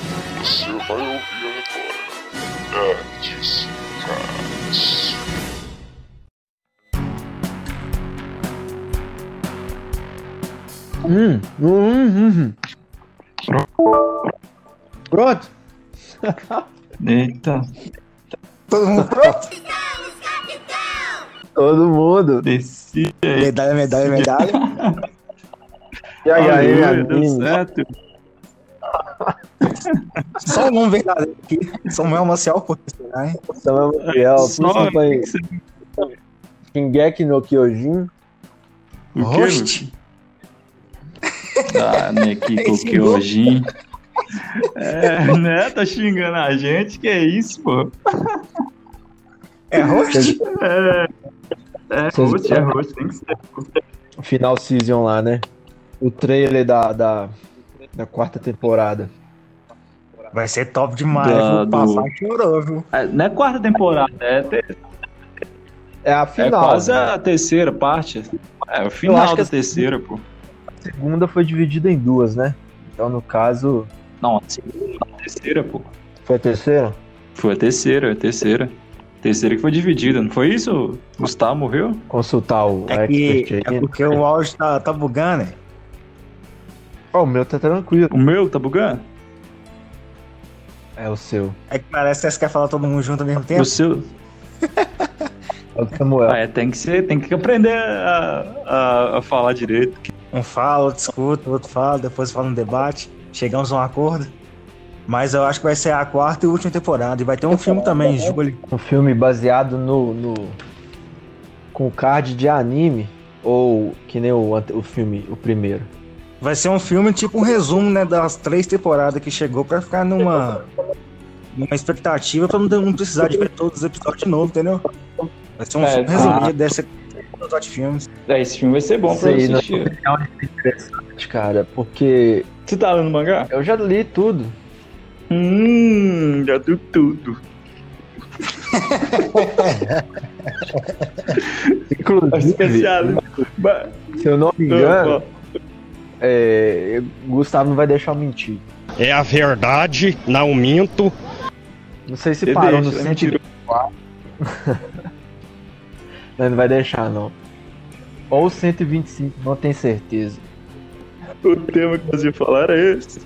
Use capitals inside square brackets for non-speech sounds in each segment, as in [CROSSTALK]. você vai ouvir agora. Nerds Cast. Hum, hum, hum, hum. Pronto? Eita, Todo mundo pronto? Todo mundo. desci aí. Medalha, medalha, medalha. E aí, aí, Aleluia, aí, deu certo. [LAUGHS] Só um nome verdadeiro aqui. um Samuel Maciel, pô. Ai, Samuel Miguel, Só Só foi que você- um Shingeki no Kyojin. O que? Host. Tá, né, [LAUGHS] Kiko Esse Kyojin. É, né? Tá xingando a gente, que é isso, pô. É host? É Vocês- roxo, é roxo, tem que ser. Final season lá, né? O trailer da, da, da quarta temporada. Vai ser top demais. Da- Vou passar chorou, viu? É, Não é quarta temporada, é, te- É a é final. quase né? a terceira parte. É o Eu final acho que da essa- terceira, pô. A segunda foi dividida em duas, né? Então, no caso, Não, a segunda, a terceira, pô. foi a terceira? Foi a terceira, a terceira. Terceira que foi dividida, não foi isso? Gustavo morreu? Consultar o É, que, expert aí. é porque o áudio tá, tá bugando. né? Ó, o meu tá tranquilo. O meu tá bugando? É o seu. É que parece que você quer falar todo mundo junto ao mesmo O tempo. seu? É o do Samuel. Ah, é, tem que ser, tem que aprender a, a- a falar direito. Um fala, outro escuta, outro fala, depois fala no debate. Chegamos a um acordo. Mas eu acho que vai ser a quarta e última temporada. E vai ter um filme também, em julho. um filme baseado no, no com card de anime ou que nem o, ante- o filme o primeiro Vai ser um filme tipo um resumo, né, das três temporadas que chegou pra ficar numa, numa expectativa pra não, não precisar de ver todos os episódios de novo, entendeu? Vai ser um É, filme tá. resumido, deve ser episódio de filmes. É, esse filme vai ser bom pra Sei, eu assistir. cara porque Você tá lendo mangá? eu já li tudo Hum, já deu tudo. é inclusive Ba- se eu não [LAUGHS] me engano é, Gustavo não vai deixar eu mentir É a verdade, não minto. não sei se Ele parou no deixa, é ele 124 [LAUGHS] não, não vai deixar não ou 125 não tenho certeza O tema que nós ia falar era esse.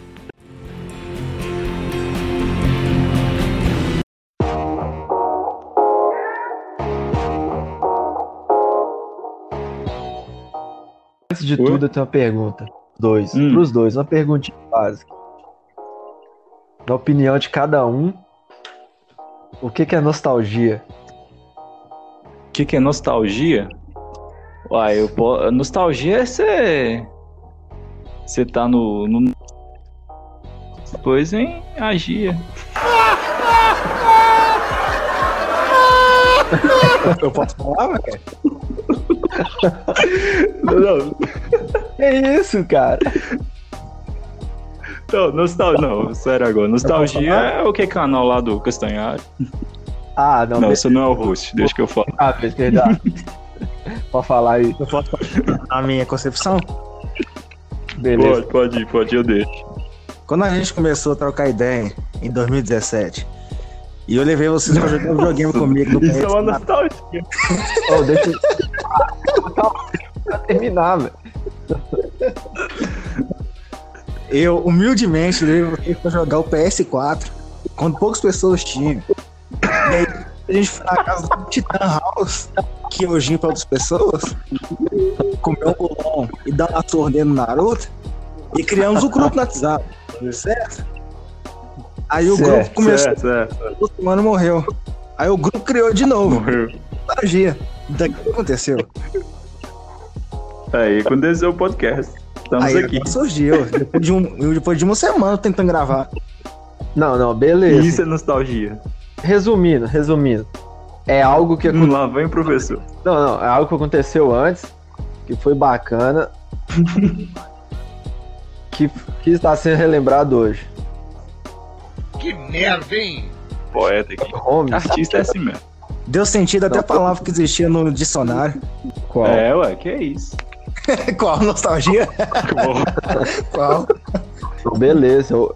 Antes de Oi? tudo, eu tenho uma pergunta. Dois. Hum. Pros dois, uma perguntinha básica. Na opinião de cada um, o que, que é nostalgia? O que, que é nostalgia? Uai, eu po... nostalgia é você. Você tá no. no... Depois em agia. [LAUGHS] Eu posso falar, velho? [LAUGHS] Não, É isso, cara. não, nostalgia. Não, sério agora. Nostalgia é o que canal lá do Castanhari. Ah, não, Não, deixa você não é o host, deixa que eu falo. ah, deixa eu dar. Pode falar aí. Eu posso falar a minha concepção. Beleza. Pode, pode ir, pode ir, eu deixo. Quando a gente começou a trocar ideia em 2017, e eu levei vocês pra jogar um videogame comigo no Isso é uma PS4, nostalgia. Oh, deixa eu... Calma, deixa eu terminar, velho. eu humildemente levei vocês pra jogar o PS4, quando poucas pessoas tinham. E aí a gente foi na casa do Titan House, que hoje pra outras pessoas, comeu um bolão e dar uma sordinha no Naruto, e criamos o grupo no WhatsApp, certo? Aí o Certo, grupo começou, Certo, é. certo. o mano morreu. Aí o grupo criou de novo. Morreu. nostalgia daqui que aconteceu. Aí aconteceu o podcast. Estamos aí aqui. surgiu. Depois de, um- eu, depois de uma semana tentando gravar. Não, não, E beleza. Isso é nostalgia. Resumindo, resumindo. É algo que Hum, Lá vem o professor. Não, não, é algo que aconteceu antes, que foi bacana, [LAUGHS] que, que está sendo relembrado hoje. Poeta aqui. Homem, Artista é assim mesmo. Deu sentido até a palavra que existia [LAUGHS] no dicionário. qual? É, ué, que é isso. Qual nostalgia? Que bom. Qual? Então, Beleza, eu,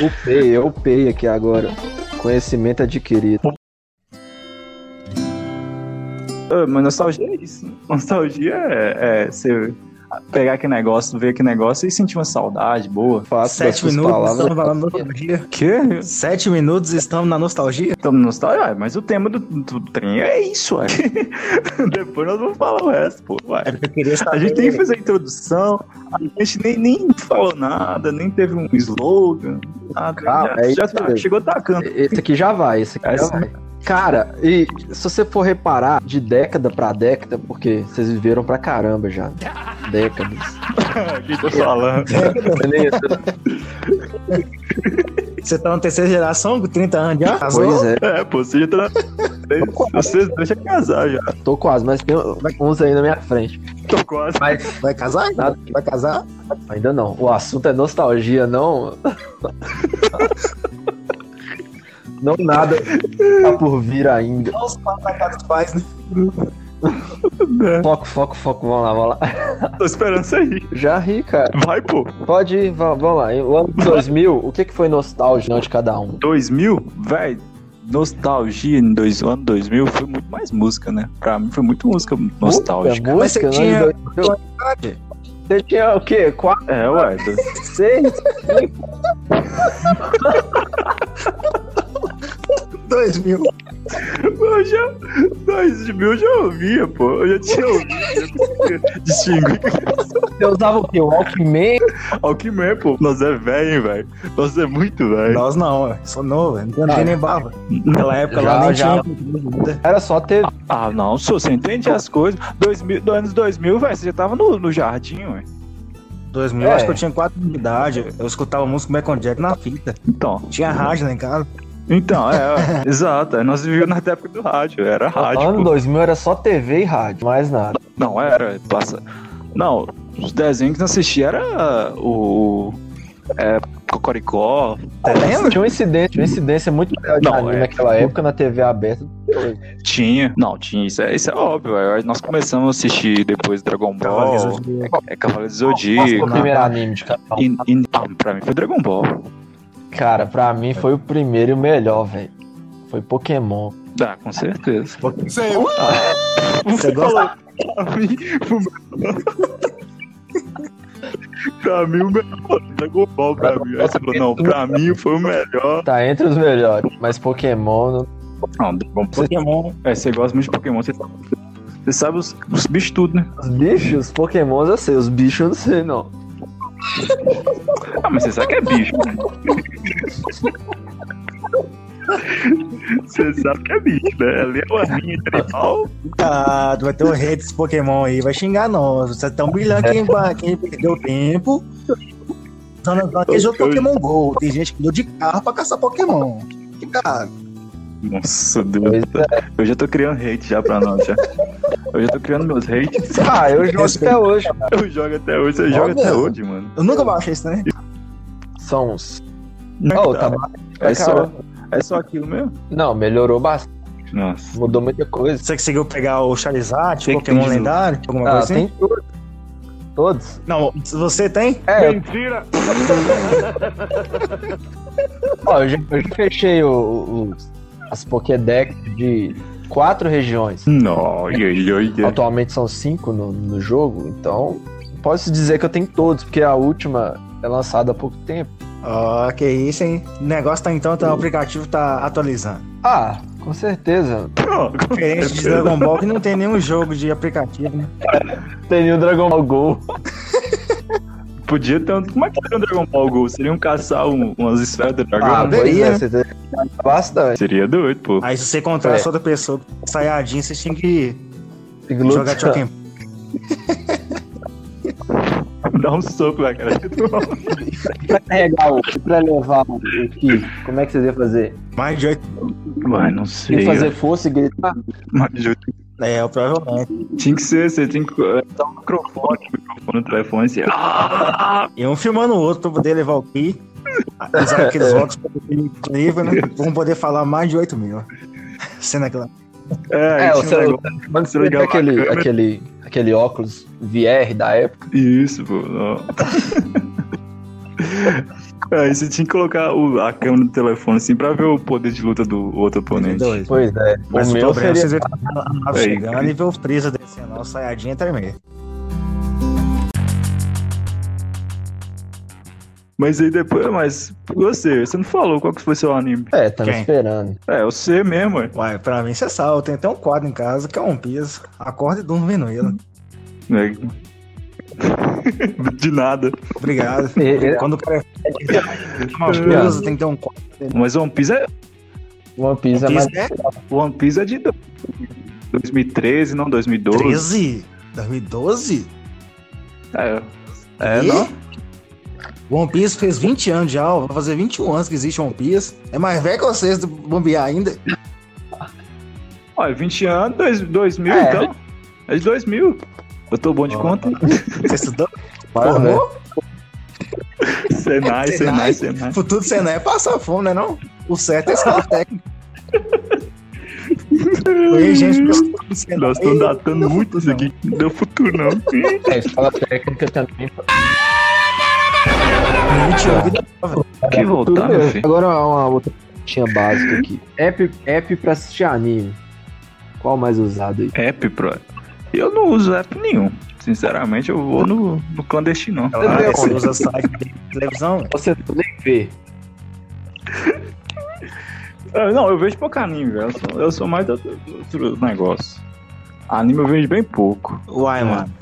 Upei, eu upei aqui agora. Conhecimento adquirido. [LAUGHS] Ô, Mas nostalgia é isso. Nostalgia é, é você pegar aquele negócio, ver aquele negócio e sentir uma saudade boa. Fato das Sete suas minutos, palavras. estamos falando nostalgia. Que? Sete minutos, estamos na nostalgia? Estamos Então, nostalgia, mas o tema do, do trem é isso, ué. [LAUGHS] Depois nós vamos falar o resto, pô. Ué. É porque eu queria A gente tem que fazer a introdução, a gente nem, nem falou nada, nem teve um slogan, nada. Ah, já é já isso tá- mesmo. chegou tacando. Esse aqui já vai, esse aqui já Essa- vai. Cara, e se você for reparar de década pra década, porque vocês viveram pra caramba já. Décadas. O que tô tá falando? Você tá na terceira geração, com 30 anos já? pois é, É, pô, você já tá. Vocês deixam casar já. tô quase, mas tem uns aí na minha frente. Tô quase. Vai casar? é. Nada. Vai casar? Ainda não. O assunto é nostalgia, não. [LAUGHS] Não nada tá por vir ainda. Olha os papos na casa dos pais, né? Foco, foco, foco, vamos lá, vamos lá. Tô esperando isso aí. Já ri, cara. Vai, pô. Pode ir, va- vamos lá. O ano 2000, o que, que foi nostálgico não, de cada um? 2000, velho. Nostalgia em dois, ano 2000 foi muito mais música, né? Pra mim foi muito música nostálgica. Música, Mas você música, né, tinha- de 2000. Você tinha o quê? Quatro, É, ué. do- seis? Dois mil. [LAUGHS] Eu já. 2000 eu já ouvia, pô. Eu já tinha ouvido. Distingo. Você usava o quê? O Walkman? Alckmin, pô. Nós é velho, hein, velho. Nós é muito velho. Nós não, eu sou novo, eu não tinha Ah, nem bala. Naquela época já, lá nem já. tinha. Era só TV. Ah, não, senhor, você entende as coisas. 2000, do anos 2000, velho, você já tava no, no jardim, ué. Dois mil, É. acho que eu tinha quatro anos de idade. Eu escutava música do Michael Jackson na fita. Então, Tinha rádio lá em casa. então, é, é, [LAUGHS] exato. é, Nós vivíamos na época do rádio, era rádio. ano pô. 2000 era só TV e rádio, mais nada. Não, era, passa. Não, os desenhos que eu assistia era o. É, Cocoricó. Tá vendo? Tinha um incidente, tinha uma incidência muito legal de Não, anime é. naquela época na TV aberta. Tinha. Não, tinha. Isso é, isso é óbvio, velho. Nós começamos a assistir depois Dragon Oh. Ball. Cavaleiros É, Cavaleiro do Zodíaco. o primeiro anime de cada um. E, e, ah, pra mim foi Dragon Ball. Cara, pra mim foi o primeiro e o melhor, velho. Foi Pokémon. Ah, com certeza. Sei lá. Você gosta? Pra mim, o melhor. pra mim, o melhor. Dragon Ball pra mim. Aí você falou, não, pra mim foi o melhor. Tá entre os melhores, mas Pokémon. não- Não, Dragon Ball. Pokémon. É, você gosta muito de Pokémon, você sabe. Você sabe os, os bichos tudo, né? Os bichos, os Pokémons eu sei, os bichos eu não sei, não. Ah, mas você sabe que é bicho. né? Você sabe que é bicho, né? Ali é uma linha tribal. Ah, vai ter o rei desse Pokémon aí. Vai xingar nós. é Vocês estão brilhando quem, ba- quem perdeu tempo. Só não- só que jogo Pokémon GO. Tem gente que deu de carro pra caçar Pokémon. Que cara. Nossa, Deus. Pois é. Eu já tô criando hate já pra nós, já. Eu já tô criando meus hates. Ah, eu [LAUGHS] jogo até hoje. [LAUGHS] Eu jogo até hoje, você Ó, joga até mesmo. hoje, mano. Eu nunca baixei isso, né? São uns. Oh, tá bom. é, só, caramba. é só aquilo mesmo? Não, melhorou bastante. Nossa. Mudou muita coisa. Você conseguiu pegar o Charizard, Que que Pokémon tem de- lendário, alguma Ah, coisa assim? tem tudo. Todos. Não, você tem? É, eu, Mentira. ó, eu já, eu já fechei o- o- os- as Pokédex de quatro regiões. Não, oi, oi, oi. Atualmente são cinco no, no jogo, então posso dizer que eu tenho todos, porque a última é lançada há pouco tempo. Ó, Ah, que isso, hein? O negócio tá então, tá, o aplicativo tá atualizando. Ah, com certeza. Não, com Diferente de é certeza. Dragon Ball, que não tem nenhum jogo de aplicativo, né? Tem nenhum Dragon Ball Go. Podia ter um. Como é que seria um Dragon Ball Go? Seria um caçar um- umas esferas do Dragon Ah, Ball? pois poderia, é, né? você tem bastante. Seria doido, pô. Aí se você contrata outra pessoa saiadinha, você tinha que Tem que lutar. jogar Chokem. Ah. Dá um soco na cara. [LAUGHS] Pra carregar o, pra levar o Ki, como é que vocês iam fazer? Mais de oito. Mano, não Iam sei. fazer força e gritar? Mas eu- É, eu provavelmente. Tinha que ser, você tinha que eh, dar um microfone, um microfone no telefone É, assim. Ah! E um filmando o outro pra poder levar o Ki. Usar aqueles óculos pra poder incrível, né? Vão poder falar mais de 8 mil. [LAUGHS] Sendo aquela. É, É, tinha o um seu- negócio- Mas Você ligava a aquele, câmera. aquele, aquele [LAUGHS] óculos VR da época. Isso, pô. não. Aí você tinha que colocar o- a câmera do telefone assim pra ver o poder de luta do outro oponente. Dois. Pois é. Mas o o meu problema, seria... vocês vê a nave Aí, chegando Cris. e vê o Freeza descendo, a saiadinha também. Mas aí depois, mas você, você não falou qual que foi seu anime. É, tava Quem? esperando. É, você mesmo, ué. Uai, pra mim você sabe, eu tenho até um quadro em casa que é um piso. Acorda e durmo vendo ele. né? [LAUGHS] De nada. [LAUGHS] Obrigado. E- e- Quando o cara é uma Obrigado. coisa, tem que ter um quadro. Mas One Piece é, One Piece é mais... Isso é One Piece é de do- 2013, não 2012. 13? 2012? É, é Ih. não? One Piece fez 20 anos já, ó, vai fazer 21 anos que existe One Piece. É mais velho que vocês do bombear ainda. Olha, 20 anos, dois, 2000 É. então. É de 2000. Eu tô bom de Ó. conta. [LAUGHS] Você estudou? né? mais velho. formou? [LAUGHS] Senai, Senai, Senai. Senai. Futuro do Senai é passar fome, né não? O certo é escola técnica. Oi, gente, pessoal do Senai. Nós estamos datando muito isso não. aqui. Não deu futuro, não. É, escola técnica também. Gente, eu vi que voltar, meu filho. Agora uma outra tinha básica aqui. App, app pra assistir anime. Qual mais usado aí? App, pro. Eu não uso app nenhum. Sinceramente, eu vou no, no clandestino. não. Ah, você usa site de televisão? velho. Você nem vê. Ah, Não, eu vejo pouco anime, velho. Eu sou, eu sou mais do do outro negócio. Anime eu vejo bem pouco. Uai, É. mano.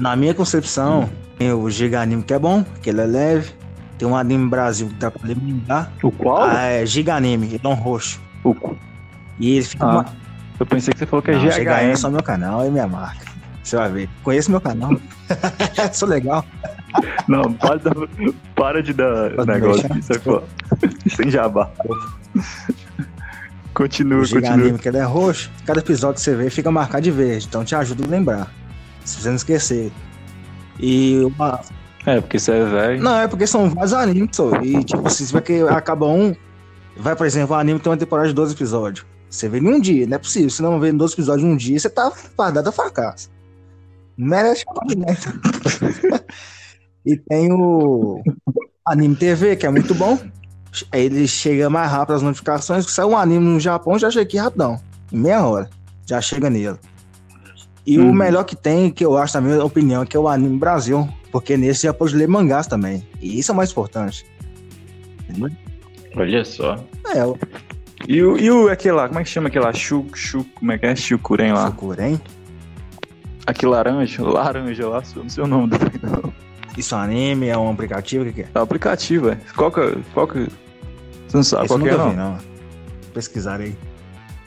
Na minha concepção, tem o Giga Anime que é bom, que ele é leve. Tem um anime Brasil que dá pra lembrar. O qual? Ah, é Giga Anime, ele é um roxo. O cu- E ele fica Ah, uma- Eu pensei que você falou que é Não, GHN é GHN. só meu canal e minha marca. Você vai ver. Conheço meu canal. [LAUGHS] Sou legal. Não, para, de dar- para de dar Pode negócio. deixar. Isso é [LAUGHS] foda. Sem jabá. Continua, Giga continua. anime que ele é roxo. Cada episódio que você vê fica marcado de verde. Então te ajuda a lembrar. Se você não esquecer. E uma... É, porque você é velho. Não, é porque são vários animes, só. E tipo, assim, você vai que acaba um. Vai, por exemplo, o anime tem uma temporada de 12 episódios. Você vê em um dia, não é possível. Se não vê em 12 episódios em um dia, você tá fardado a fracasso. Merece pagamento. [LAUGHS] e tem o Anime TV, que é muito bom. Aí Ele chega mais rápido as notificações. Que sai um anime no Japão, já chega aqui rapidão. Em meia hora. Já chega nele. E Uhum. o melhor que tem, que eu acho, na minha opinião, que é o Anime Brasil. Porque nesse já pode ler mangás também. E isso é o mais importante. Olha só. É, o E o, e o aquele lá, como é que chama aquele lá? Chu, chu, como é que é? Chucuren lá. Sakura, hein? Aquele laranja, laranja lá, eu não sei o nome do [LAUGHS] não. Isso é um anime, é um aplicativo, o que, que é? É o aplicativo, é. Qual que, é- qual que... Você não sabe Esse eu qual que é, nunca não? vi, né? não. Pesquisar aí.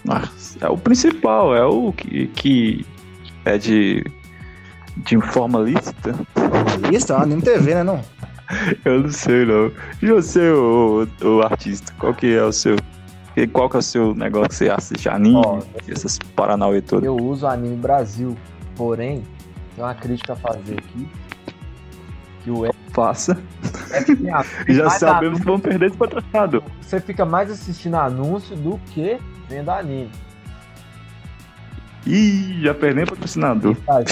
Ah, é o principal, é o que, que é de, de forma lícita. [LAUGHS] Isso é um anime TV, né, não? Ah. Eu não sei, não. E você, o, o, o artista, qual que é o seu... e Qual que é o seu negócio que você assiste? Anime? Ó, essas paranauê todas. Eu uso anime Brasil. Porém, tem uma crítica a fazer aqui. Que o app é Faça. tem a- [LAUGHS] Já Mas sabemos que vão perder esse patrocinador. Você fica mais assistindo anúncio do que vendo [LAUGHS] anime. Ih, já perdemos o patrocinador. Sabe?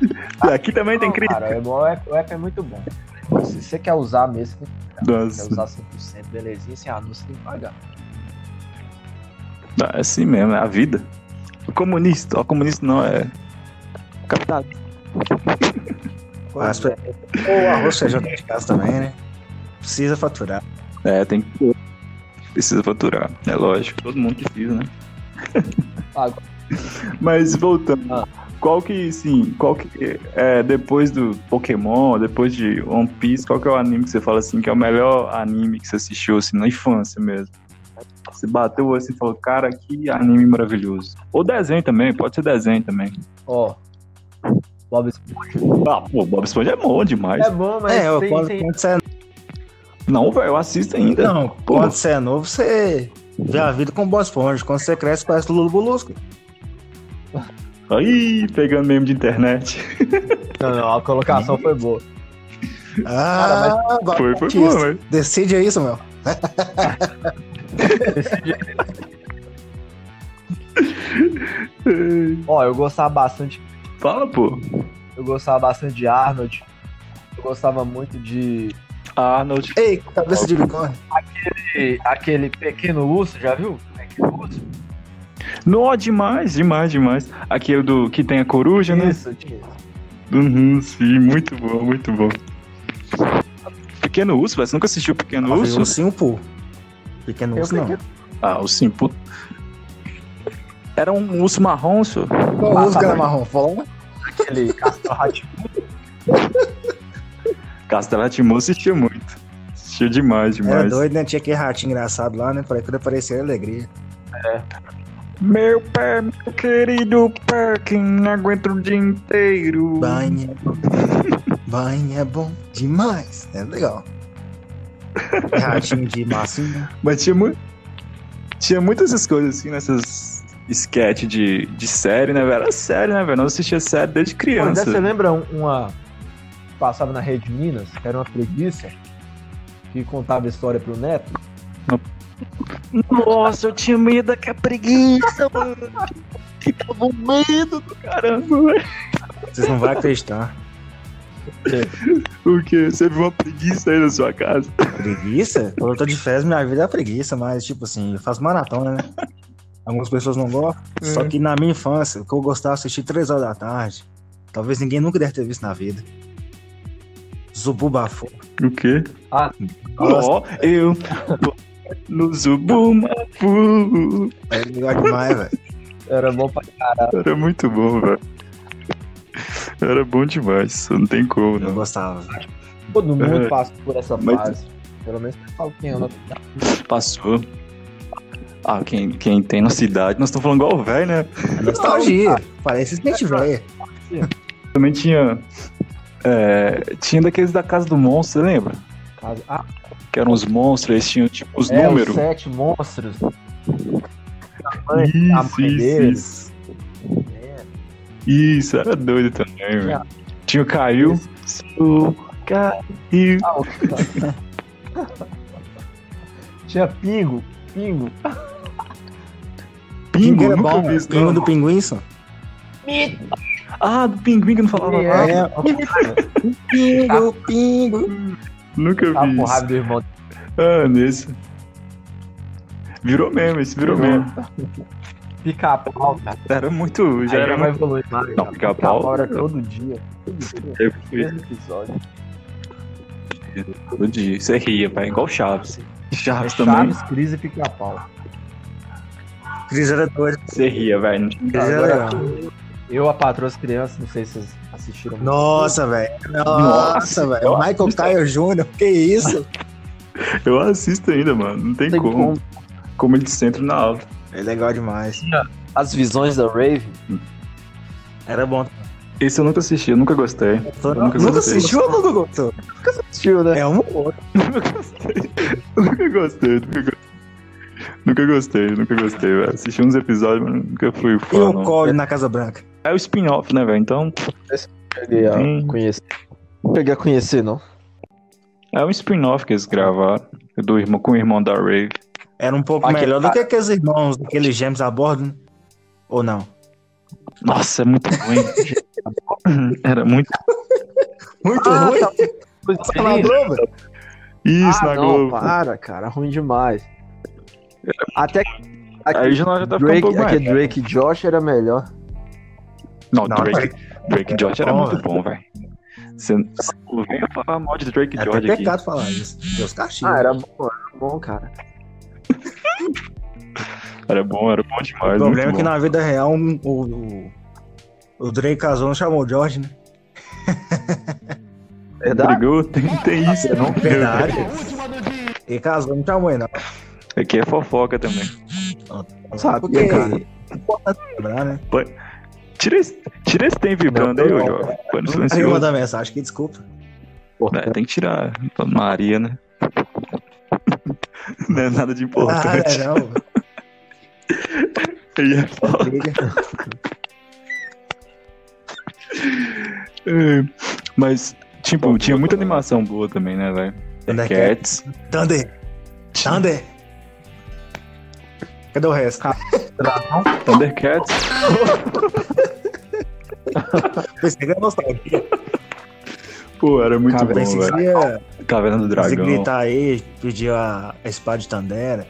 E aqui também tem crítica. Cara, é bom, o app, o app é muito bom. Se você quer usar mesmo, quer Nossa, usar 100%, belezinha, assim, sem anúncio tem que pagar. é assim mesmo, é a vida. O comunista, ó, o comunista não é. o Capital. Mas, é, o arroz e feijão tá de casa também, né? Precisa faturar. É, tem que. Precisa faturar, é lógico. Todo mundo precisa, né? Pago. [LAUGHS] Mas voltando, Ah. qual que, sim, qual que é depois do Pokémon, depois de One Piece, qual que é o anime que você fala assim que é o melhor anime que você assistiu assim na infância mesmo? Você bateu assim e falou, cara, que anime maravilhoso. Ou desenho também, pode ser desenho também. Ó. Bob Esponja Ah, pô, Bob Esponja é bom demais. é bom, mas é, tem, quando, tem- quando você é Não, velho, eu assisto ainda. Não, Pô. quando você é novo, você vê a vida com boas esponja. Quando você cresce, parece Lula Bolusco. Aí, pegando meme de internet. [LAUGHS] Não, não, a colocação foi boa. Ah, agora Foi, foi artista. bom, velho. Decide aí, Samuel. Ó, eu gostava bastante, Fala, pô. eu gostava bastante de Arnold. Eu gostava muito de Arnold. Ei, cabeça de unicórnio. de aquele pequeno urso, já viu? Pequeno urso? Nó, demais, demais, demais. Aquele do que tem a coruja, né? Isso, tio. Uhum, sim, muito bom, muito bom. Pequeno Urso, velho, você nunca assistiu Pequeno Urso? Urso? um Ursinho, pô. Pequeno Eu urso, não. peguei- Ah, o sim, puto. Era um urso marrom, senhor. Qual urso que era marrom? Fala. aquele castelo Rá-Tim-Bum. [LAUGHS] Castelo Timon assistia muito. Assistia demais, Era demais. doido, né? Tinha aquele ratinho engraçado lá, né? Falei, quando aparecer era alegria. Meu pé, meu querido pé, que não aguenta o dia inteiro. Banho é bom. Banho é bom demais. É legal. Ratinho de massinha. Mas tinha, mu tinha muitas essas coisas assim, nessas sketch de, de série, né, velho? Era série, né, velho? Nós assistia série desde Pô, André, você criança. lembra um- uma que passava na Rede Minas, que era uma preguiça, que contava história pro neto? Nossa, eu tinha medo daquela é preguiça, mano. Que tava um medo do caramba, velho. Vocês não vão acreditar. O quê? Você viu uma preguiça aí na sua casa? Preguiça? Quando eu tô de férias, minha vida é preguiça, mas, tipo assim, eu faço maratona, né? Algumas pessoas não gostam. É. Só que na minha infância, o que eu gostava de assistir três horas da tarde, talvez ninguém nunca deve ter visto na vida. Zububafu. O quê? Ah. Ó, eu. No Zubumafu. É legal demais, velho. Era bom pra Era muito bom, velho. Era bom demais, não tem como, Eu não. gostava. todo mundo É. passa por essa Mas- fase. Pelo menos eu falo quem anda. Passou. Ah, quem, quem tem nossa idade, nós estamos falando igual o velho, né? É Ah, nostalgia. Parece Snake velho. Também tinha. é, tinha daqueles da Casa do Monstro, você lembra? casa. Ah, Que eram os monstros, eles tinham tipo os é, números. Os sete monstros. A mãe, a mãe deles. isso. né? Isso, era doido também, velho. Tinha o Caiu. Sou Caiu. Ah, o que tá? Tinha pingo, pingo. Pingo, era nunca bom, vi isso, Pingo não. do Pinguim, só. Ah, do Pinguim que eu não falava É. nada. É, pingo, pingo. Nunca Tava vi com isso. raiva do Tá irmão. Ah, nesse. Virou meme, esse virou Virou. meme. Pica-pau, cara. Era muito. Já Aí era vai mais. evoluir mais. Não, cara. pica-pau- Pica-pau era todo dia. Todo dia. Mesmo episódio. Todo dia. Você ria, pai. Igual Chaves. Chaves também. Chaves, Cris e Pica-Pau. Cris era doido. Você ria, velho. Cris era Agora, legal. eu, a Patroa as Crianças, não sei se vocês assistiram. Nossa, velho. Nossa, Nossa, velho. nossa. Michael Caio Jr., que isso? Eu assisto ainda, mano. Não tem, Tem como. Como ele centro na aula. É legal demais. As visões da Rave. Era bom. Esse eu nunca assisti, eu nunca gostei. [LAUGHS] Nunca, gostei. assistiu ou nunca gostou? Assistiu, né? É um ou outro. Nunca gostei, nunca gostei. Nunca gostei, nunca gostei, velho. Assisti uns episódios, mas nunca fui E fã. um Não. Cole na Casa Branca. É o spin-off, né, velho? Então, Cheguei a Hum. conhecer. Cheguei a conhecer, não. é um spin-off que eles gravaram. Do irmão, com o irmão da Rave. Era um pouco Aquele melhor do cara- que aqueles irmãos, aqueles gêmeos a bordo, né? Ou não? Nossa, é muito ruim. [LAUGHS] Era muito. Ah, Muito Ah, ruim. Tá Nossa, na Globo? Isso na Ah, não, Globo. para, cara. Ruim demais. Até que Aí já nós já tá ficando um Drake, pouco mais. aquele Drake e Josh era melhor. Não, é Não, é Drake, Drake George era bom, muito velho. bom, velho. Você você não vem falar mal de Drake É George até aqui. pecado falar isso. Deus castiga. Ah, era bom, era bom, cara. Era bom, era bom demais. o problema é que não. na vida real um- o, o, o Drake casou não chamou o George, né? [LAUGHS] Verdade? É Brigou, tem, tem isso, [LAUGHS] não? Verdade. Ele casou não chamou ele, não. Aqui é fofoca também. Sabia, Porque né, cara. é importante lembrar, né? Tira esse, tira esse tem vibrando Não, aí, não, ô não. jovem. Põe no Aí silencioso. manda mensagem que desculpa. É, tem que tirar. Tá na Maria, né? [LAUGHS] Não é nada de importante. Ah, não, Aí é foda. [LAUGHS] briga. É, Mas, tipo, tinha muita animação boa também, né, velho? Thundercats. Cats. Thunder. Thunder. Cadê o resto? Ah, Thundercats. Pensei que era nostalgia. Pô, era muito Cara, pensei bom, que velho. você ia- Caverna do você Dragão. gritar aí, pedir a, a espada de Tandera.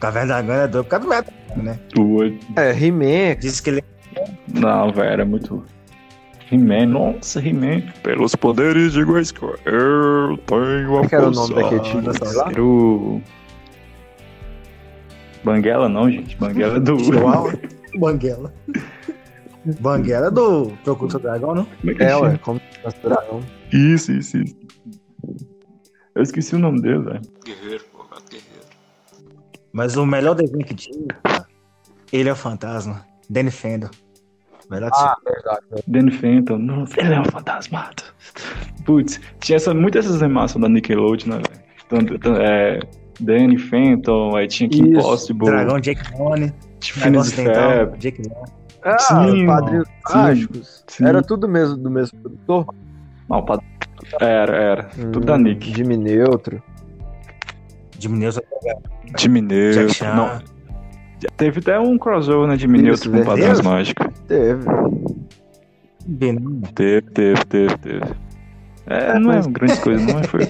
Caverna da Gana é doido por causa do Metal, né? Pô, É, He-Man. Diz [LAUGHS] que ele é Não, velho, era muito. He-Man, nossa, He-Man. Pelos poderes de Grayskull, eu tenho a Qual é que era o nome força. daquele time? Sei lá. Era o. Banguela não, gente. Banguela é do. João tipo Banguela. Banguela é do Procura do Dragão, não? [LAUGHS] Como é que É, chama? ué, como Dança do Dragão. Isso, isso, isso. Eu esqueci o nome dele, velho. Guerreiro, pô, gato guerreiro. Mas o melhor desenho que tinha, cara, ele é o fantasma. Danny Fendel. Melhor que Ah, Danny Fenton. Nossa, ele é um fantasmado. Putz, tinha essa, muitas essas animações da Nickelodeon, né, velho? Tanto- tan- É, Danny Fenton, aí tinha Kim Isso, Possible, Dragão Jake Bone. Phineas Negócio e dental. Ferb. Jake Bone. Ah, Sim, Padrinhos Mágicos. sim. Era tudo mesmo do mesmo produtor? Não, pad- Era, era. Tudo Hum. da Nick. Jimmy Neutro. Jimmy Neutron. Jimmy Neutron. Jack Chan. Não. Teve até um crossover na Jimmy Isso, Neutron com verdade. Padrões Mágicos. Teve. Bem, não. Teve, teve, teve, teve. É, não é uma grande coisa, não, mas foi.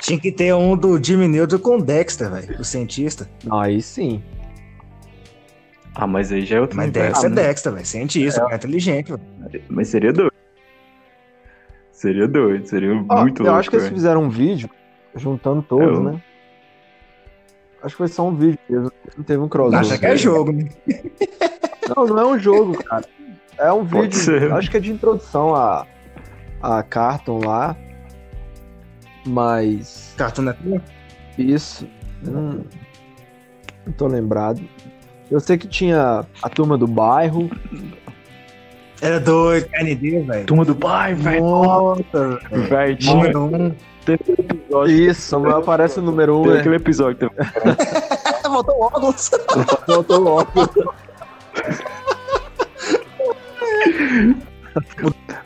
Tinha que ter um do Jimmy Neutron com o Dexter, velho. O cientista. Aí sim. [LAUGHS] Ah, mas aí já é outro Mas universo, Dexter é né? Dexter, velho. Cientista, é. inteligente, velho. Mas seria doido. Seria doido, seria Ó, muito eu louco. acho que eles velho. fizeram um vídeo juntando todos, Eu- né? Acho que foi só um vídeo. mesmo, Não teve um crossover. Acha que é jogo, né? Não, não é um jogo, cara. É um Pode vídeo. ser. Acho que é de introdução a, a Carton lá. Mas. Cartoon Network. Isso. Não, não tô lembrado. Eu sei que tinha a turma do bairro. Era doido, KND, velho. Turma do pai, velho. Nossa, velho. Velho, tinha Número um. Isso, Samuel aparece o número 1. Um, teve né? aquele episódio também. Ah, Voltou óculos. Voltou logo.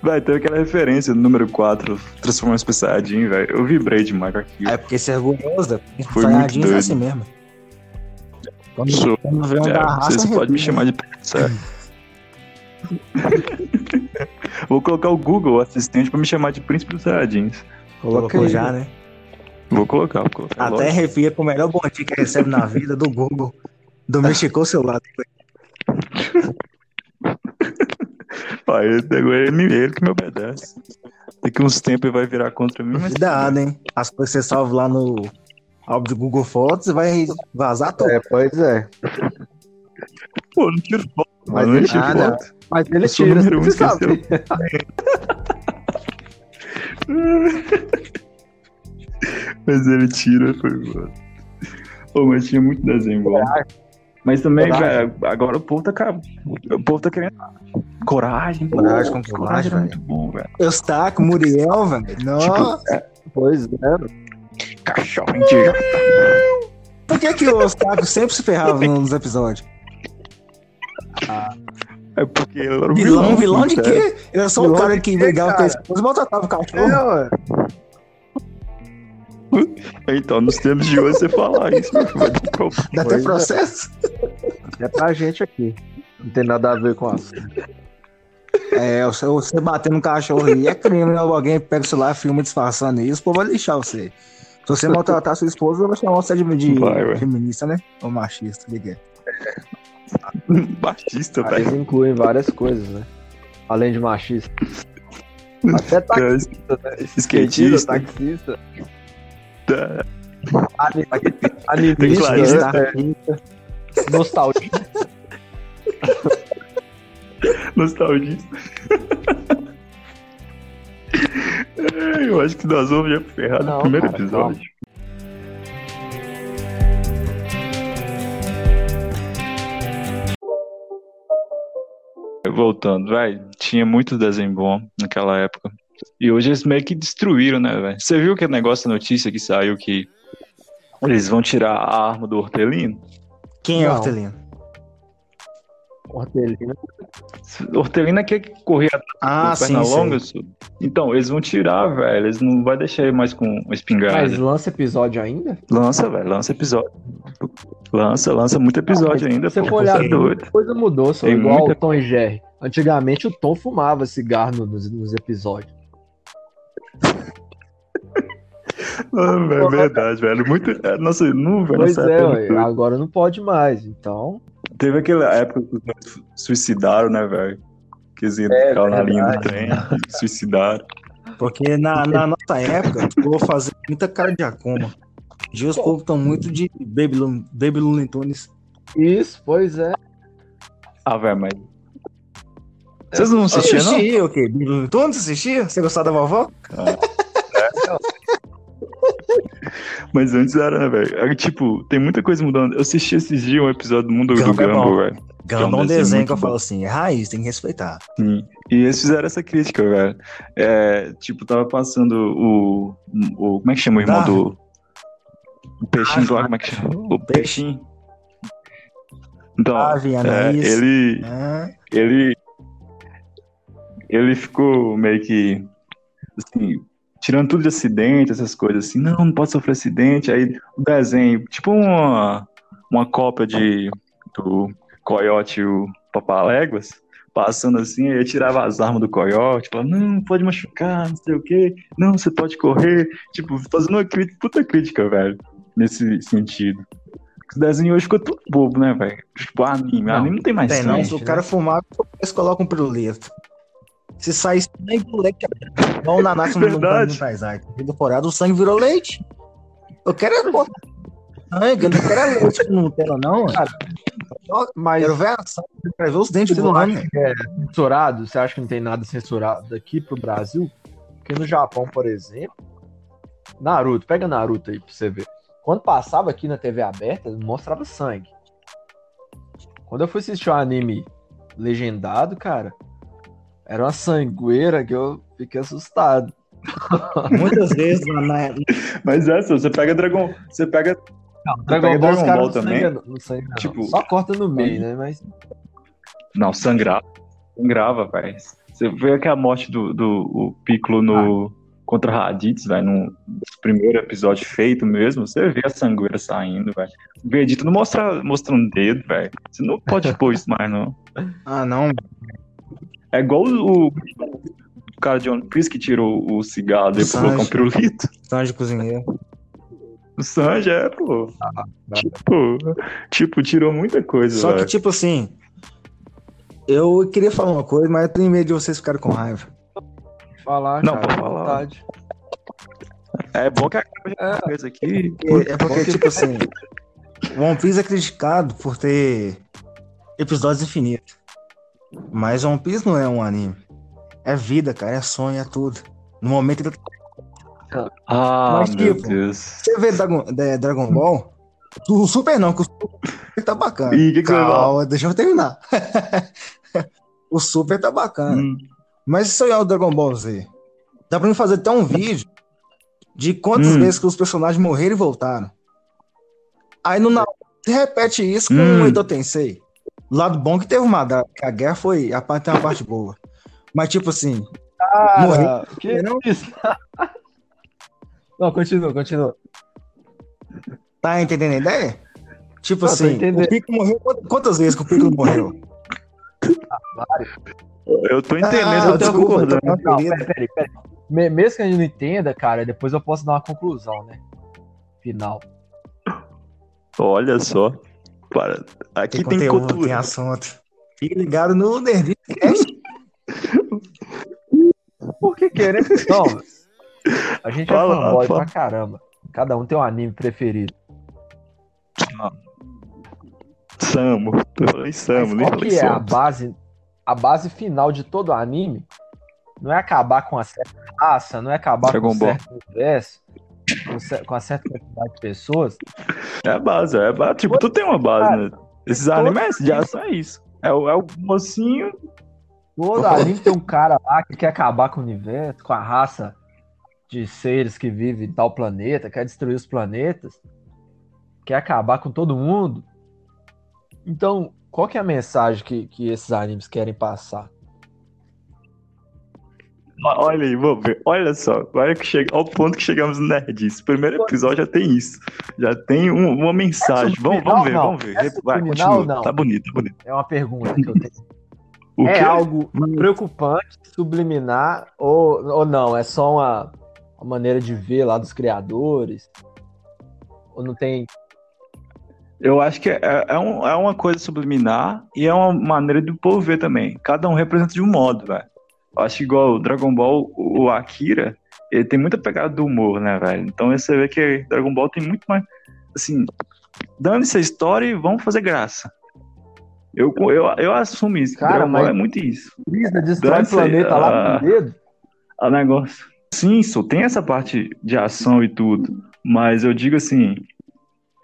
Velho, teve aquela referência do número 4, transformando esse Saiyajin, velho. Eu vibrei demais com aquilo. É porque você é orgulhoso, né? Foi Saiyajins muito é assim mesmo. Quando, Sou- quando vê um É, da raça, vocês podem me chamar de [LAUGHS] Pizza. Vou colocar o Google Assistente pra me chamar de Príncipe dos Saiyajins. Coloca [LAUGHS] Colocou aí. já, né? Vou colocar, vou colocar. Até refia com o melhor bom dia que recebe na vida do Google. [LAUGHS] Do Mexicou celular. Pai, agora ele, me- ele que me obedece. Daqui uns tempos ele vai virar contra mim, mas Cuidado, hein? As coisas que você salva lá no álbum do Google Fotos, você vai vazar tudo. É, pois é. pô, não tiro foto. Mas não ele- tiro Ah, foto. Mas ele Eu sou o tira, número um, você sabe. Mas ele tira, foi embora. Pô, mas tinha muito desenho bom. Mas também, Coragem. velho, agora o povo tá. ca- O povo tá querendo. Coragem, pô. Coragem, com coragem era coragem, velho. Ah. muito bom, velho. Tipo, Eustaco, Muriel, velho. Não. Pois é. Cachorro idiota. Por que, que o Eustaco sempre se ferrava nos episódios? É porque ele era um Vilão, vilão de sério. quê? Ele era só um Vilão cara de que quê, brigava com a cara? esposa e maltratava o cachorro. É, ué. Então, nos tempos de hoje, você falar isso, [LAUGHS] meu filho, vai dar problema. Dá até Pois é. processo. É pra gente aqui. Não tem nada a ver com isso. É, você, você bater no cachorro aí é crime, né? Alguém pega o celular, filma disfarçando isso, o povo vai lixar você. Se você maltratar sua esposa, vai chamar você de, de Vai, ué. feminista, né? Ou machista, o que que é? Batista, Aí velho. Eles incluem várias coisas, né? Além de machista. Até É, taxista, né? Skatista. taxista, Tá. [LAUGHS] ani- animista, Tem clarista. né? É. nostalgia. Nostalgia. É, Eu acho que nós vamos já ferrar no Não, primeiro cara, episódio. Voltando, velho, tinha muito desenho bom naquela época. E hoje eles meio que destruíram, né, velho? Você viu aquele negócio, a notícia que saiu que eles vão tirar a arma do hortelino? Quem é Não. o Hortelino? Hortelina. Hortelino é aquele que corria Ah, sim, perna sei. longa. su- Então, eles vão tirar, velho. Eles não vai deixar ele mais com espingarda. Mas lança episódio ainda? Lança, velho. Lança episódio. Lança, lança muito episódio ainda. Se pô, você for olhar, tá doido. a coisa mudou, só Tem igual muita- o Tom e Jerry. Antigamente o Tom fumava cigarro nos, nos episódios. [LAUGHS] Ah, velho, é verdade, velho. Muito. é, Nossa, não, velho. Pois nessa é, época, ué, agora não pode mais. Então, Teve aquela época que os dois suicidaram, né, velho? Que eles iam É, ficar na linha do verdade. trem, [LAUGHS] suicidaram. Porque na, na nossa época, eu vou fazer muita cara de Akuma. Hoje em dia os povos estão muito de Baby, Lu- Baby Looney Tunes. isso, pois é. Ah, velho, mas. Vocês não assistiam, não? assistia o quê? Baby Looney Tunes? Assistia? Você gostava da vovó? Mas antes era, né, velho? Era, Tipo, tem muita coisa mudando. Eu assisti esses dias um episódio do Mundo do Gumball é Gambo, bom. velho. Gamba é desenho um desenho muito que eu bom. falo assim, é raiz, tem que respeitar. Sim. E eles fizeram essa crítica, velho. É, tipo, tava passando o, o. Como é que chama o irmão Darwin. do. O peixinho Darwin. lá, como é que chama? O Peixe. Ah, peixinho. Então, Ave, é, Anaís. ele. né? ele ele ficou meio que assim, tirando tudo de acidente, essas coisas assim, não, não pode sofrer acidente, aí o desenho, tipo uma uma cópia de do Coyote e o Papaléguas, passando assim, aí eu tirava as armas do Coyote, falava, não, pode machucar, não sei o quê, não, você pode correr, tipo, fazendo uma crítica, puta crítica, velho, nesse sentido. Esse desenho hoje ficou tudo bobo, né, velho? Tipo, anime, Não, anime não tem mais Tem, não, se sentido. o cara fumar, eles colocam um pirulito. Se sair sangue do leite, igual o Nanatsu no Verdade. no Traz Arte. No temporada, o sangue virou leite. Eu quero é botar sangue, eu não quero é leite no Nutella, não. ué. Mas Quero ver a sangue, eu quero ver os dentes Você do não homem. acha que é censurado? Você acha que não tem nada censurado aqui pro Brasil? Porque no Japão, por exemplo, Naruto, pega Naruto aí pra você ver. Quando passava aqui na TV aberta, mostrava sangue. Quando eu fui assistir o anime legendado, cara, era uma sangueira que eu fiquei assustado. Muitas vezes na, na- Mas essa, você pega Dragon. Você pega. pega Dragon Ball também? sangra- não sangra, não. Tipo- só corta no meio, né? Mas Não, sangrava. Sangrava, velho. Você vê que a morte do, do o Piccolo no. Contra Raditz, velho, no primeiro episódio feito mesmo, você vê a sangueira saindo, velho. O Vegeta não mostra, mostrando um dedo, velho. Você não pode pôr isso mais, não. Ah, não. É igual o, o cara de One Piece que tirou o cigarro depois Sanji. colocou um pirulito. Sangue de cozinheiro. O Sanji é, pô. Tipo, tipo, tirou muita coisa, Só que, velho. tipo assim, eu queria falar uma coisa, mas eu tenho medo de vocês ficarem com raiva. falar, Não, cara, pode à falar. vontade. É bom que acaba de coisa aqui. É, é porque, tipo assim, One Piece é criticado por ter episódios infinitos. Mas One Piece não é um anime. É vida, cara, é sonho, é tudo. No momento tá que Ah, Mas, meu tipo, Deus. você vê Dragon, da- Dragon Ball, o Super não, que o Super tá Ah, bacana. Ih, o que que você vai falar? Calma, deixa eu terminar. [LAUGHS] o Super tá bacana. Hum. Mas se eu olhar o Dragon Ball Z, dá pra mim fazer até um vídeo de quantas Hum. vezes que os personagens morreram e voltaram. Aí no Naruto, você repete isso com Hum. o Edo Tensei. Lado bom que teve uma guerra, que a guerra foi, a parte tem uma parte boa. Mas tipo assim, morreu. Cara, que Não. é isso? [LAUGHS] Não, continua, continua. Tá entendendo a ideia? Tipo Ah, tô assim, entendendo. o Pico morreu quant- quantas vezes que o Pico morreu? Eu tô entendendo, Ah, eu tô desculpa, concordando. tá Não, querido. peraí, peraí, peraí. Me- Mesmo que a gente não entenda, cara, depois eu posso dar uma conclusão, né? Final. tá. Olha só. Para. Aqui Tem tem, conteúdo, tem cultura. assunto. Fique ligado no Nerdinho. Por que é, né? [LAUGHS] querer? Não, Então, a gente Fala, é fanboy fala. pra caramba. Cada um tem um anime preferido. Samo. Tô falando em Mas Samo, nem qual falei que é a Samo. base, a base final de todo anime? Não é acabar com a certa raça, não é acabar Dragon com um Ball. certo universo, com um cer- com uma certa quantidade de pessoas. É a base, é a base. Tipo, tu tem uma base, né? Esses todo animes de ação é isso. É o, é o mocinho. Todo anime tem um cara lá que quer acabar com o universo, com a raça de seres que vive em tal planeta, quer destruir os planetas, quer acabar com todo mundo. Então, qual que é a mensagem que, que esses animes querem passar? Ó, Olha aí, vamos ver. Olha só. Olha, que chega, olha o ponto que chegamos no Nerdice. Primeiro episódio já tem isso. Já tem um- uma mensagem. vamos, vamos ver, É, não. vamos ver. É Vai, subliminal, continua. não. Tá bonito, tá bonito. É uma pergunta que eu tenho. O é quê? algo preocupante, subliminar, ou, ou não? É só uma, uma maneira de ver lá dos criadores? Ou não tem. Eu acho que é, é, um- é uma coisa subliminar e é uma maneira do povo ver também. Cada um representa de um modo, velho. Eu acho que igual o Dragon Ball, o o Akira, ele tem muita pegada do humor, né, velho? Então você vê que Dragon Ball tem muito mais. Assim, dane-se a história e vamos fazer graça. Eu, eu, eu assumo isso. que Cara, Dragon Ball mas- é muito isso. Brisa destrói o Dança aí, planeta lá ah. com o dedo? a negócio. Sim, isso tem essa parte de ação e tudo, mas eu digo assim,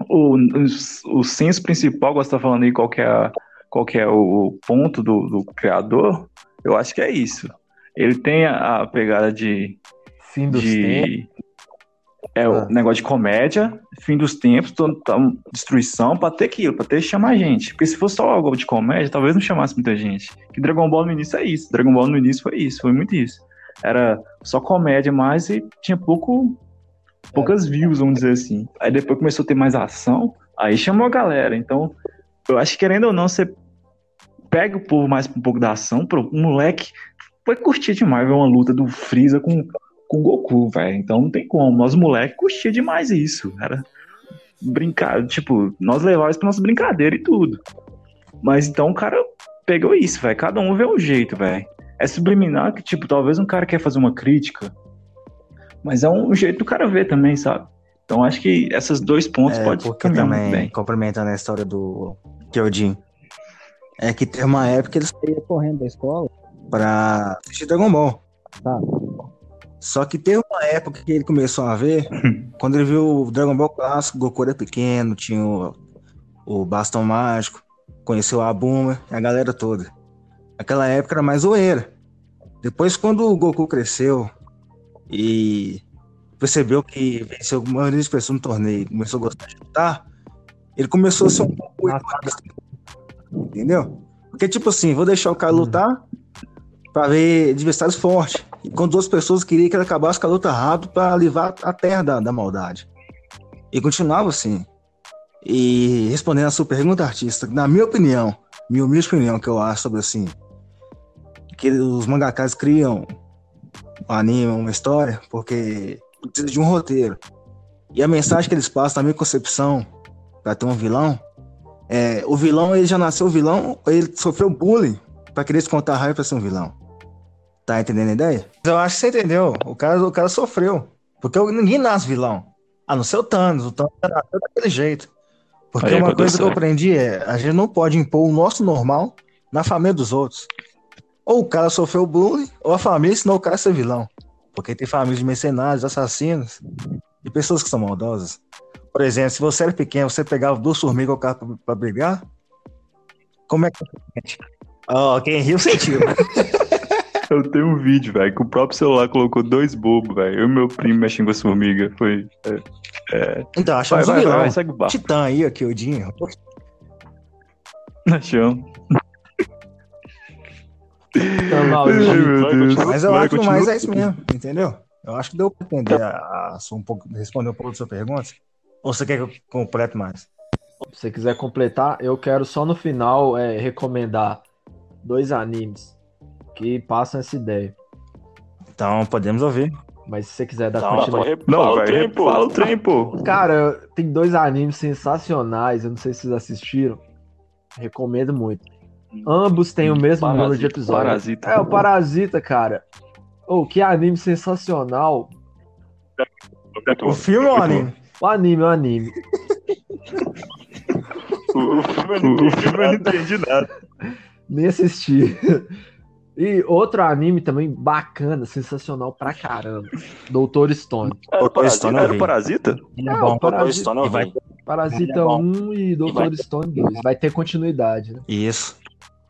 o, o, o senso principal, como você tá falando aí, qual que é, a- qual que é o, o ponto do, do criador, eu acho que é isso. Ele tem a, a pegada de, Fim dos tempos. de é o Ah. negócio de comédia, fim dos tempos, to- to- destruição, pra ter aquilo, pra ter chamar a gente. Porque se fosse só algo de comédia, talvez não chamasse muita gente. Que Dragon Ball no início é isso. Dragon Ball no início foi isso, foi muito isso. Era só comédia mais e tinha pouco É. poucas views, vamos dizer assim. Aí depois começou a ter mais ação, aí chamou a galera. Então, eu acho que querendo ou não, você pega o povo mais pra um pouco da ação, pro o moleque foi curtir demais ver uma luta do Freeza com com o Goku, velho. Então não tem como. Nós moleque curtia demais isso, cara. Brincar, tipo, nós levávamos isso pra nossa brincadeira e tudo. Mas então o cara pegou isso, velho. Cada um vê um jeito, velho. É subliminar que, tipo, talvez um cara quer fazer uma crítica, mas é um jeito do cara ver também, sabe? Então acho que esses dois pontos É, pode porque caminhar muito também, bem. complementando a história do Kyojin, é que teve uma época que eles Ele ia correndo da escola. pra assistir Dragon Ball. Tá. Só que teve uma época que ele começou a ver, quando ele viu o Dragon Ball clássico, Goku era pequeno, tinha o, o bastão mágico, conheceu a Buma, a galera toda. Aquela época era mais zoeira. Depois, quando o Goku cresceu e percebeu que venceu a maioria das pessoas no torneio, começou a gostar de lutar, ele começou a ser um pouco Nossa. egoísta. Entendeu? Porque, tipo assim, vou deixar o cara lutar pra ver adversários fortes. E quando outras pessoas queriam que ele acabasse com a luta rápido pra livrar a terra da, da maldade. E continuava assim. E respondendo a sua pergunta, artista, na minha opinião, minha humilde opinião que eu acho sobre assim, que os mangakas criam um anime, uma história, porque precisa de um roteiro. E a mensagem que eles passam, na minha concepção, pra ter um vilão, é, o vilão ele já nasceu vilão, ele sofreu bullying pra querer descontar a raiva pra ser um vilão. Tá entendendo a ideia? Eu acho que você entendeu. O cara, o cara sofreu. Porque ninguém nasce vilão. A não ser o Thanos. O Thanos já nasceu daquele jeito. Porque Aí uma coisa que aconteceu. eu aprendi é: a gente não pode impor o nosso normal na família dos outros. Ou o cara sofreu bullying, ou a família ensinou o cara a ser vilão. Porque tem família de mercenários, assassinos e pessoas que são maldosas. Por exemplo, se você era pequeno, você pegava duas formigas ou carro pra, pra brigar, como é que. Ó, quem riu sentiu. Eu tenho um vídeo, velho, que o próprio celular colocou dois bobos, velho. Eu e meu primo mexendo com as formigas. Foi. Então, Vai, achamos um vai, vai, vilão. vai, segue o barco. Titã aí, aqui, o Dinho. Achamos. Então, lá, o [LAUGHS] Ai, Jim- meu Deus. Mas eu Vai, acho que continua. mais é isso mesmo, entendeu? Eu acho que deu pra entender a, a sua- um pouco, responder um pouco da sua pergunta. Ou você quer que eu complete mais? Se você quiser completar, eu quero só no final é, recomendar dois animes que passam essa ideia. Então, podemos ouvir. Mas se você quiser dar Tá, continuidade. Não, Fala o velho, trem, pô. fala o trem, pô. Cara, tem dois animes sensacionais, eu não sei se vocês assistiram. Recomendo muito. Ambos têm o mesmo número de episódios. Hum, Parasita. É, o Parasita, cara. Oh, que anime sensacional. Muito O filme ou o anime? O anime, o anime. bom. [LAUGHS] O filme eu não O, o entendi filme eu não nada. entendi nada. Nem assisti. [LAUGHS] E outro anime também bacana, sensacional pra caramba. Doutor Stone. Era o Parasita, Stone, era Era o Parasita? É, bom. o tá o Parasita, Stone, eu E vai- vi. Ele é Parasita bom. 1 e Doutor Stone 2. Vai ter continuidade, né? Isso.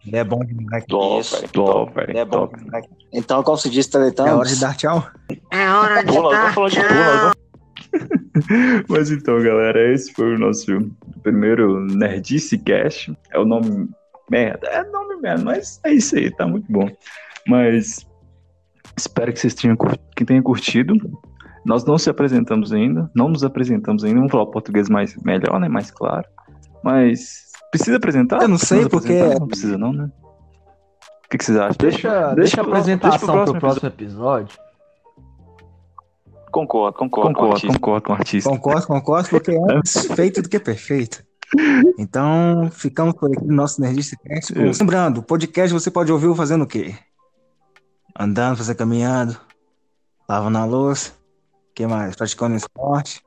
Ele é bom demais. Top, Isso. velho. Top, velho. É bom. top. Então, como se diz, Teletão? É hora de dar tchau. Pula, vamos falar de pula. vamos- Mas então, galera, esse foi o nosso primeiro Nerdice Cash. É o nome merda. É nome merda, mas é isso aí, tá muito bom. Mas espero que vocês tenham, cur- que tenham curtido. Nós não se apresentamos ainda, não nos apresentamos ainda. Vamos falar o português mais melhor, né? Mais claro. Mas precisa apresentar? Eu não sei, Precisa porque- apresentar? Não precisa, não, né? que, que vocês acham? Deixa, deixa a pro próximo- deixa pro apresentação pro próximo próximo episódio. Concordo, Concordo, concordo. concordo. concordo com o artista. Concordo, concordo, porque é antes [LAUGHS] feito do que perfeito. Então, ficamos por aqui no nosso Nerdista Cast. Bom, Isso. Lembrando, podcast você pode ouvir fazendo o quê? Andando, fazer caminhado, lavando a louça, que mais? Praticando esporte,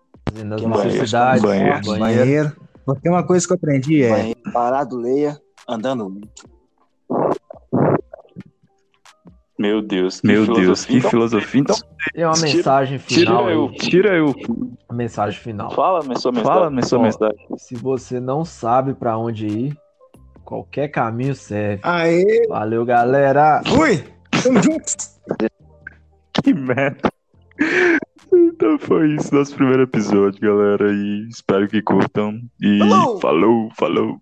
Nas Que mais? necessidades, né? Banheiro. banheiro. banheiro. Porque uma coisa que eu aprendi é Banheiro, Parado, leia, andando. Meu Deus. Meu Deus, que Então, filosofia. Então, Tem uma Tira- mensagem tira final. eu. aí, tira eu. a Mensagem final. Então, Fala, minha sua mensagem. Fala na sua Ó, mensagem. Se você não sabe pra onde ir, qualquer caminho serve. Aê! Valeu, galera. Fui! Tamo juntos! Que merda. Então foi isso, nosso primeiro episódio, galera. E espero que curtam. E Falou! falou. falou.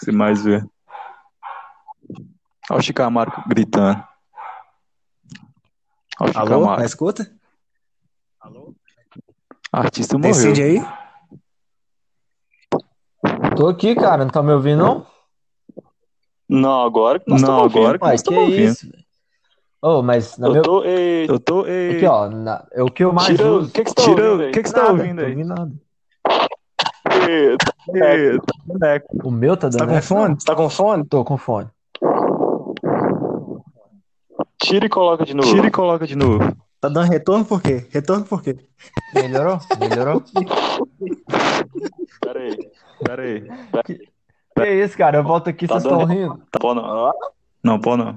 Você mais vê. Olha o Chico Amaro gritando. Olha o Chico Alô, Amaro. tá escuta? Artista morreu. Decide aí. Tô aqui, cara. Não tá me ouvindo, não? Não, agora que nós Não, estamos ouvindo. agora que é Ué, nós que estamos ouvindo. isso, velho. Ô, mas na Eu meu... tô. ei, Eu tô. ei, Aqui, ó. na- é o que eu mais Tira um. o uso. que, que você tá Tira, ouvindo o aí? que, que você tá Nada, ouvindo não aí? ouvi nada. Ei, Ei, tá boneco. O meu tá Tá dando com eco? fone? Tá com fone? Tô com fone. Tira e coloca de novo. Tira e coloca de novo. Tá dando retorno por quê? Retorno por quê? Melhorou? Melhorou? Pera aí. Pera aí. [LAUGHS] que isso, cara? Eu volto aqui, Tá vocês dando estão rindo. Tá bom, não. Não, pô, não.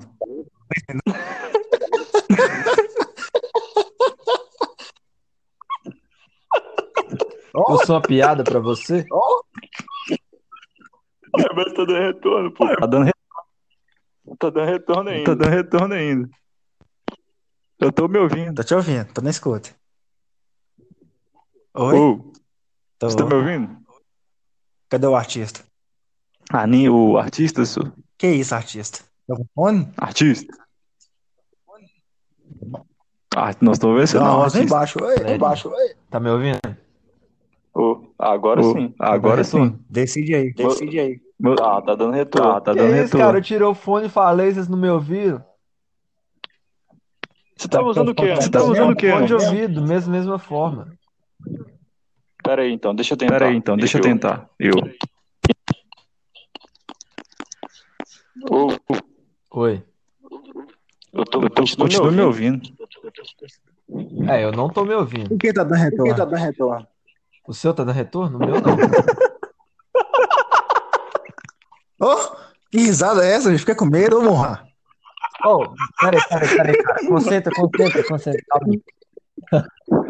Eu sou uma piada pra você? É, Mas tá dando retorno, pô. Tá dando, re- Tá dando retorno ainda. tá dando retorno ainda. Eu tô me ouvindo. Tô te ouvindo, tô na escuta. Oi? Ô, Tô. você tá me ouvindo? Cadê o artista? Ah, nem o artista, senhor. Que isso, artista? Tá com fone? Artista. Ah, nós estamos vendo você Não, assim, não, voz bem artista. baixo. Oi, bem Sério? baixo. Oi. Tá me ouvindo? Ô, agora Ô, sim. Agora sim. Decide aí. Decide aí. Meu- Ah, tá dando retorno. Tá, tá que dando isso, retorno. cara? Eu tirei o fone e falei, vocês não me ouviram? Você Tá Tá tava Tá usando o quê? Você tava usando o quê? Fone de Pera ouvido, mesmo, mesma forma. Pera aí, então. Deixa eu tentar. aí, então, deixa eu tentar. Eu. Ô, Oi. eu tô, Eu tô, continuo continuo me me ouvindo. ouvindo. É, eu não tô me ouvindo. Por que tá Por dando que retorno? tá dando retorno? O seu tá dando retorno? O meu não. tá- Ô, que risada é essa? gente? Fica com medo, ô morra. Oh, peraí, peraí, peraí, cara. Concentra, concentra, concentra. Calma.